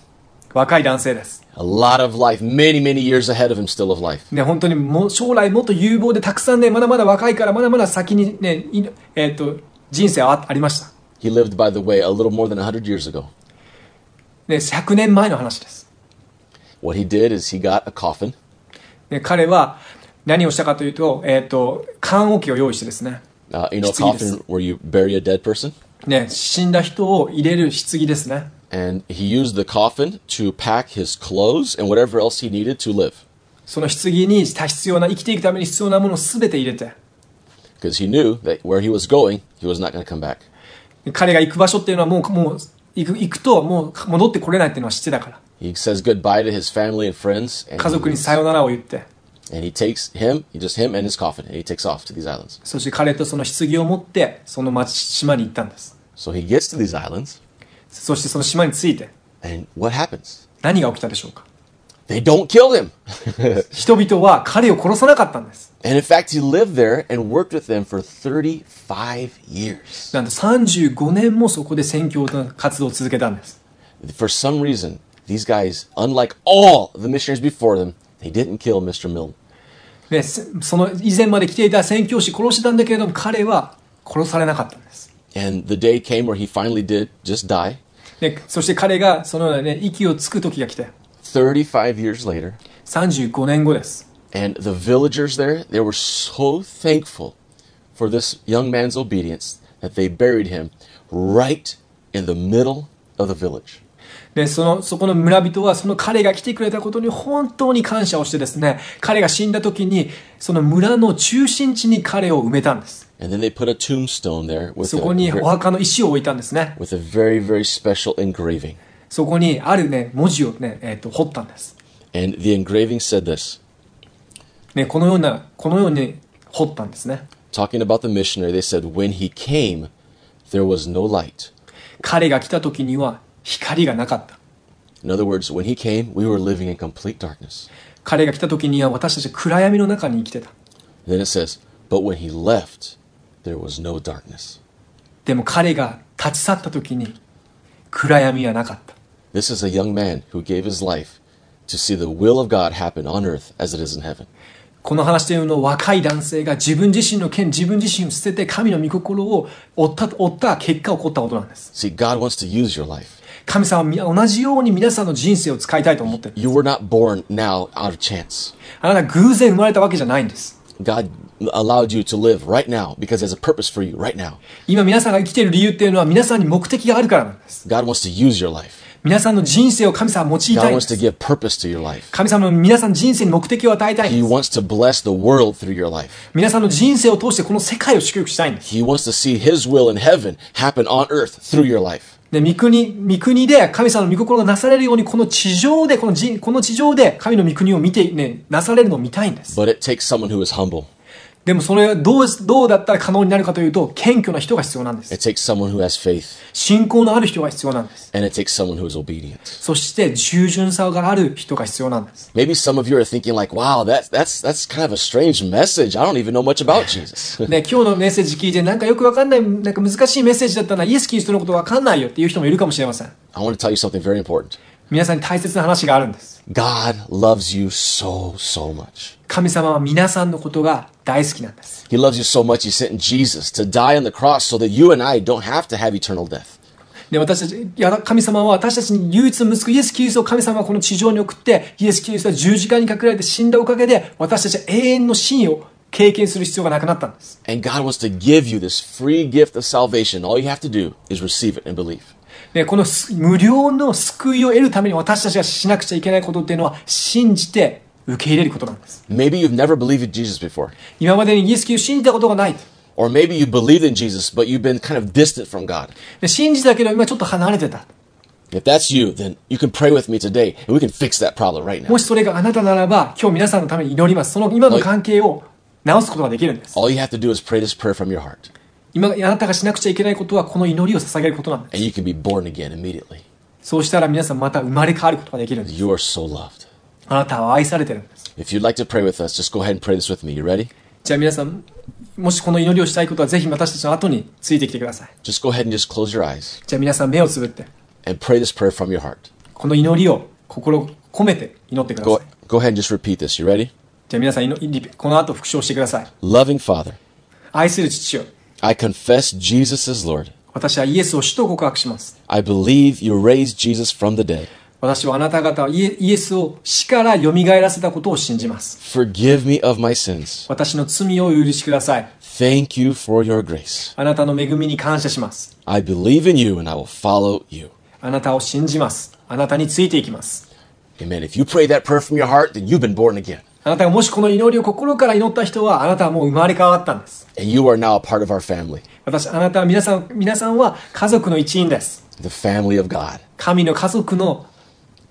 [SPEAKER 2] 若い男性です。
[SPEAKER 1] a lot of life, many, many years ahead of him still of life.
[SPEAKER 2] ね、本当にもう将来もっと有望でたくさんね、まだまだ若いから、まだまだ先にね、いえっ、と、人生はあありました。
[SPEAKER 1] He lived, by the way, a little more than 100 years ago.
[SPEAKER 2] ね、100年前の話です。
[SPEAKER 1] What he did is he got a coffin
[SPEAKER 2] ね、彼は何をしたかというと、えっ、と、棺桶を用意してですね。
[SPEAKER 1] Uh, you know, a
[SPEAKER 2] 棺です
[SPEAKER 1] coffin where you bury a dead person.
[SPEAKER 2] ね、死んだ人を入れる棺ですね。
[SPEAKER 1] And he used the coffin to pack his clothes and whatever else he needed to live.
[SPEAKER 2] その棺にした必要な、生きていくために必要なものを全て入れて、
[SPEAKER 1] Because he knew that where he was going, he was not going to come back.
[SPEAKER 2] で彼が行く場所っていうのはもう、もう、行く、行くともう戻ってこれないっていうのは知ってたから。
[SPEAKER 1] He says goodbye to his family and friends. And
[SPEAKER 2] 家
[SPEAKER 1] he
[SPEAKER 2] 族に
[SPEAKER 1] leaves.
[SPEAKER 2] さよならを言って、
[SPEAKER 1] And he takes him, just him and his coffin, and he takes off to these islands.
[SPEAKER 2] そして彼とその棺を持って、その町、島に行ったんです。
[SPEAKER 1] So he gets to these islands,
[SPEAKER 2] そしてその島に着いて
[SPEAKER 1] and what happens?
[SPEAKER 2] 何が起きたでしょうか
[SPEAKER 1] They don't kill him.
[SPEAKER 2] 人々は彼を殺さなかったんです。
[SPEAKER 1] and in fact, he lived there and worked with them for 35 years.
[SPEAKER 2] なんと35年もそこで宣教活動を続けたんです。
[SPEAKER 1] For some reason, these guys, unlike all the missionaries before them, they didn't kill Mr. Milne.
[SPEAKER 2] で、せその以前まで来ていた宣教師殺してたんだけれども彼は殺されなかったんです。
[SPEAKER 1] And the day came where he finally did just die.
[SPEAKER 2] で、そして彼がそのようなね、息をつく時が来て、
[SPEAKER 1] 35 years later,
[SPEAKER 2] 35年後です。
[SPEAKER 1] And the villagers there, they were so thankful for this young man's obedience that they buried him right in the middle of the village.
[SPEAKER 2] で、その、そこの村人はその彼が来てくれたことに本当に感謝をしてですね、彼が死んだ時に、その村の中心地に彼を埋めたんです。
[SPEAKER 1] And then they put a tombstone there with,
[SPEAKER 2] そこにお
[SPEAKER 1] a,
[SPEAKER 2] 墓の石を置いたんですね。
[SPEAKER 1] with a very, very special engraving.
[SPEAKER 2] そこにあるね、文字をね、えっ、と、彫ったんです。
[SPEAKER 1] And the engraving said this,
[SPEAKER 2] ね、このような、このように彫ったんですね。
[SPEAKER 1] talking about the missionary, they said, When he came, there was no light.
[SPEAKER 2] 彼が来た時には光がなかった。
[SPEAKER 1] In other words, when he came, we were living in complete darkness.
[SPEAKER 2] 彼が来た時には私たち暗闇の中に生きてた。
[SPEAKER 1] Then it says, But when he left, there was no darkness.
[SPEAKER 2] でも彼が立ち去った時に暗闇はなかった。
[SPEAKER 1] This is a young man who gave his life to see the will of God happen on earth as it is in heaven.
[SPEAKER 2] この話というのを若い男性が自分自身の権、自分自身を捨てて神の御心を追った、追った結果起こったことなんです。
[SPEAKER 1] See, God wants to use your life.
[SPEAKER 2] 神様はみ同じように皆さんの人生を使いたいと思ってる。
[SPEAKER 1] You were not born now out of chance.
[SPEAKER 2] あなた偶然生まれたわけじゃないんです。
[SPEAKER 1] God allowed you to live right now because there's a purpose for you right now.
[SPEAKER 2] 今皆さんが生きている理由っていうのは皆さんに目的があるからなんです。
[SPEAKER 1] God wants to use your life.
[SPEAKER 2] 皆さんの人生を神様は用いた
[SPEAKER 1] God
[SPEAKER 2] いんで
[SPEAKER 1] wants to
[SPEAKER 2] す。
[SPEAKER 1] give purpose to your life.
[SPEAKER 2] 神様の皆さんの人生に目的を与えたいん
[SPEAKER 1] He
[SPEAKER 2] です。
[SPEAKER 1] wants to bless the world through your life.
[SPEAKER 2] 皆さんの人生を通してこの世界を祝福したいんです。
[SPEAKER 1] He wants to see His will in heaven happen on earth through your life.
[SPEAKER 2] で、御国、御国で神様の御心がなされるように、この地上で、この人、この地上で神の御国を見て、ね、なされるのを見たいんです。
[SPEAKER 1] But it takes someone who is humble.
[SPEAKER 2] でもそれはどう、どうだったら可能になるかというと、謙虚な人が必要なんです
[SPEAKER 1] It。takes someone who has faith.
[SPEAKER 2] 信仰のある人が必要なんです。
[SPEAKER 1] And it takes someone who is obedient.
[SPEAKER 2] そして、従順さがある人が必要なんです。
[SPEAKER 1] Maybe some of you are thinking like, wow, that's, that's, that's kind of a strange message. I don't even know much about Jesus.
[SPEAKER 2] で、今日のメッセージ聞いて、なんかよくわかんない、なんか難しいメッセージだったな、イエス・キリストのことわかんないよっていう人もいるかもしれません。
[SPEAKER 1] I want to tell you something very important.
[SPEAKER 2] 皆さんに大切な話があるんです。
[SPEAKER 1] God loves you so, so much.
[SPEAKER 2] 神様は皆さんのことが大好きなんです。
[SPEAKER 1] He loves you so much, He sent Jesus to die on the cross so that you and I don't have to have eternal death.
[SPEAKER 2] で、私たち、いや神様は私たちに唯一の息子、イエス・キリストを神様はこの地上に送って、イエス・キリストは十字架にかけられて死んだおかげで、私たちは永遠の真意を経験する必要がなくなったんです。
[SPEAKER 1] And God wants to give you this free gift of salvation. All you have to do is receive it and believe.
[SPEAKER 2] で、このす無料の救いを得るために私たちがしなくちゃいけないことっていうのは、信じて受け入れることなんです。
[SPEAKER 1] Maybe you've never believed in Jesus before.
[SPEAKER 2] 今までにイエス・キリストを信じたことがない。
[SPEAKER 1] Or maybe you believed in Jesus, but you've been kind of distant from God.
[SPEAKER 2] で、信じたけど今ちょっと離れてた。
[SPEAKER 1] If that's you, then you can pray with me today and we can fix that problem right now.
[SPEAKER 2] もしそれがあなたならば、今日皆さんのために祈ります。その今の関係を直すことができるんです。
[SPEAKER 1] All you have to do is pray this prayer from your heart,
[SPEAKER 2] 今、あなたがしなくちゃいけないことは、この祈りを捧げることなんです。
[SPEAKER 1] and you can be born again immediately.
[SPEAKER 2] そうしたら皆さんまた生まれ変わることができるんです。
[SPEAKER 1] You are so loved.
[SPEAKER 2] あなたは愛されてるんです。
[SPEAKER 1] If you'd like to pray with us, just go ahead and pray this with me. You ready?
[SPEAKER 2] じゃあ皆さん、もしこの祈りをしたいことはぜひ私たちの後についてきてください。
[SPEAKER 1] Just go ahead and just close your eyes
[SPEAKER 2] じゃあ皆さん目をつぶって、
[SPEAKER 1] and pray this prayer from your heart.
[SPEAKER 2] この祈りを心を込めて祈ってください
[SPEAKER 1] Go,。go ahead and just repeat this. You ready?
[SPEAKER 2] じゃあ皆さん祈り、この後復唱してください。
[SPEAKER 1] Loving Father,
[SPEAKER 2] 愛する父よ、
[SPEAKER 1] I confess Jesus is Lord.
[SPEAKER 2] 私はイエスを主と告白します。
[SPEAKER 1] I believe you raised Jesus from the dead.
[SPEAKER 2] 私はあなた方はイエイエスを死から蘇らせたことを信じます。
[SPEAKER 1] Forgive me of my sins.
[SPEAKER 2] 私の罪をお許しください。
[SPEAKER 1] Thank you for your grace.
[SPEAKER 2] あなたの恵みに感謝します。
[SPEAKER 1] I believe in you and I will follow you.
[SPEAKER 2] あなたを信じます。あなたについていきます。
[SPEAKER 1] Amen. If you pray that prayer from your heart, then you've been born again.
[SPEAKER 2] あなたがもしこの祈りを心から祈った人は、あなたはもう生まれ変わったんです。
[SPEAKER 1] And you are now a part of our family,
[SPEAKER 2] 私、あなたは皆さん、皆さんは家族の一員です。
[SPEAKER 1] the family of God.
[SPEAKER 2] 神の家族の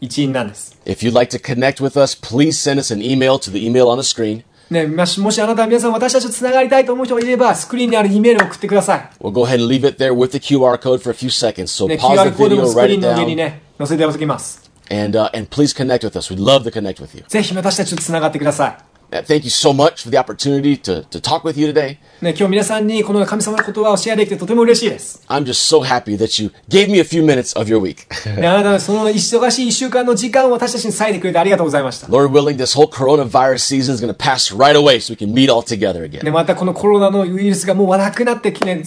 [SPEAKER 2] 一員なんです。
[SPEAKER 1] If you'd like to connect with us, please send us an email to the email on the screen.
[SPEAKER 2] ね、もし、もしあなたは皆さん、私たちと繋がりたいと思う人がいれば、スクリーンにある E メールを送ってください。
[SPEAKER 1] We'll go ahead and leave it there with the QR code for a few seconds. So
[SPEAKER 2] ね、
[SPEAKER 1] pause the
[SPEAKER 2] QR コードも
[SPEAKER 1] video,
[SPEAKER 2] スク
[SPEAKER 1] write
[SPEAKER 2] リー
[SPEAKER 1] it
[SPEAKER 2] ンの上に
[SPEAKER 1] down,
[SPEAKER 2] ね、載せておきます。
[SPEAKER 1] and uh, and please connect with us. We'd love to connect with you.
[SPEAKER 2] ぜひ私たちと繋がってくださ
[SPEAKER 1] Uh, Thank you so much for the opportunity to to talk with you today.
[SPEAKER 2] い。ね、今日皆さんにこの神様の言葉をシェアできてとても嬉しいです。
[SPEAKER 1] I'm just so happy that you gave me a few minutes of your week.
[SPEAKER 2] ね、あなたのその忙しい一週間の時間を私たちに割いてくれてありがとうございました。
[SPEAKER 1] Lord willing, this whole coronavirus season is going to pass right away, so we can meet all together
[SPEAKER 2] で、
[SPEAKER 1] again.
[SPEAKER 2] またこのコロナのウイルスがもうなくなってきて、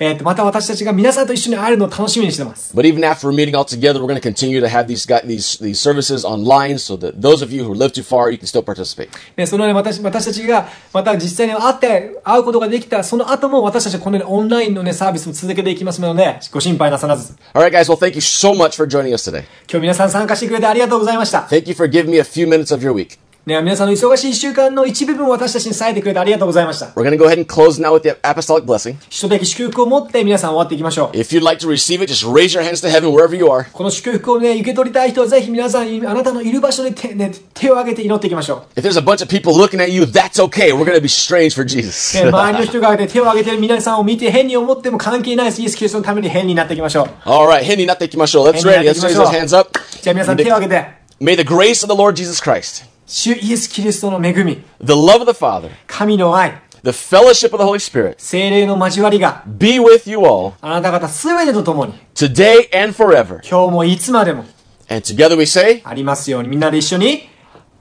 [SPEAKER 2] えーと、また私たちが皆さんと一緒に会えるのを楽しみにしてます。
[SPEAKER 1] But even after we're meeting all together, we're going to continue to have these got these these services online, so that those of you who live too far, you can still participate.
[SPEAKER 2] で、そのね、私、私たちが、また実際に会って、会うことができた、その後も私たちはこのようにオンラインのね、サービスも続けていきますので、ご心配なさらず。
[SPEAKER 1] All right, guys. Well, thank you so much for joining us today.
[SPEAKER 2] 今日皆さん参加してくれてありがとうございました。
[SPEAKER 1] Thank you for giving me a few minutes of your week.
[SPEAKER 2] ね、皆さんの忙しい一週間の一部分を私たちに割いてくれてありがとうございました。
[SPEAKER 1] We're going to go ahead and close now with the apostolic blessing.
[SPEAKER 2] 首都的祝福を持って皆さん終わっていきましょう。
[SPEAKER 1] If you'd like to receive it, just raise your hands to heaven wherever you are.
[SPEAKER 2] この祝福をね、受け取りたい人はぜひ皆さん、あなたのいる場所で手,、ね、手を挙げて祈っていきましょ
[SPEAKER 1] If there's a bunch of people looking at you, that's okay. We're going to be strange for Jesus.
[SPEAKER 2] う。ね、周りの人が挙げて手を挙げてる皆さんを見て変に思っても関係ないです。イエス・キリストのために変になっていきましょう。
[SPEAKER 1] All right, Henny, not take Let's
[SPEAKER 2] 変
[SPEAKER 1] Let's
[SPEAKER 2] になっ
[SPEAKER 1] ready.
[SPEAKER 2] てい
[SPEAKER 1] Let's
[SPEAKER 2] きま
[SPEAKER 1] raise
[SPEAKER 2] しょ
[SPEAKER 1] those
[SPEAKER 2] う
[SPEAKER 1] hands up.
[SPEAKER 2] じゃあ皆さん手を挙げて、
[SPEAKER 1] May the grace of the Lord Jesus Christ,
[SPEAKER 2] 主イエス・キリストの恵み、
[SPEAKER 1] the love of the Father,
[SPEAKER 2] 神の愛、
[SPEAKER 1] the fellowship of the Holy Spirit
[SPEAKER 2] 精霊の交わりが
[SPEAKER 1] be with you all
[SPEAKER 2] あなた方すべてとともに、
[SPEAKER 1] today and forever.
[SPEAKER 2] 今日もいつまでも
[SPEAKER 1] And together we say,
[SPEAKER 2] ありますように、みんなで一緒に、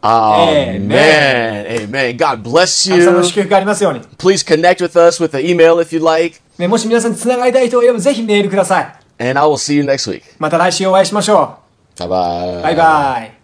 [SPEAKER 1] Amen. Amen.
[SPEAKER 2] Amen.
[SPEAKER 1] God bless
[SPEAKER 2] たくさんの
[SPEAKER 1] you.
[SPEAKER 2] 祝福がありますように。
[SPEAKER 1] Please connect with us with the email if you'd like.
[SPEAKER 2] ね、もし皆さんに繋がりたい人がいればぜひメールください。
[SPEAKER 1] And I will see you next week.
[SPEAKER 2] また来週お会いしましょ
[SPEAKER 1] Bye bye.
[SPEAKER 2] う。バイバイ。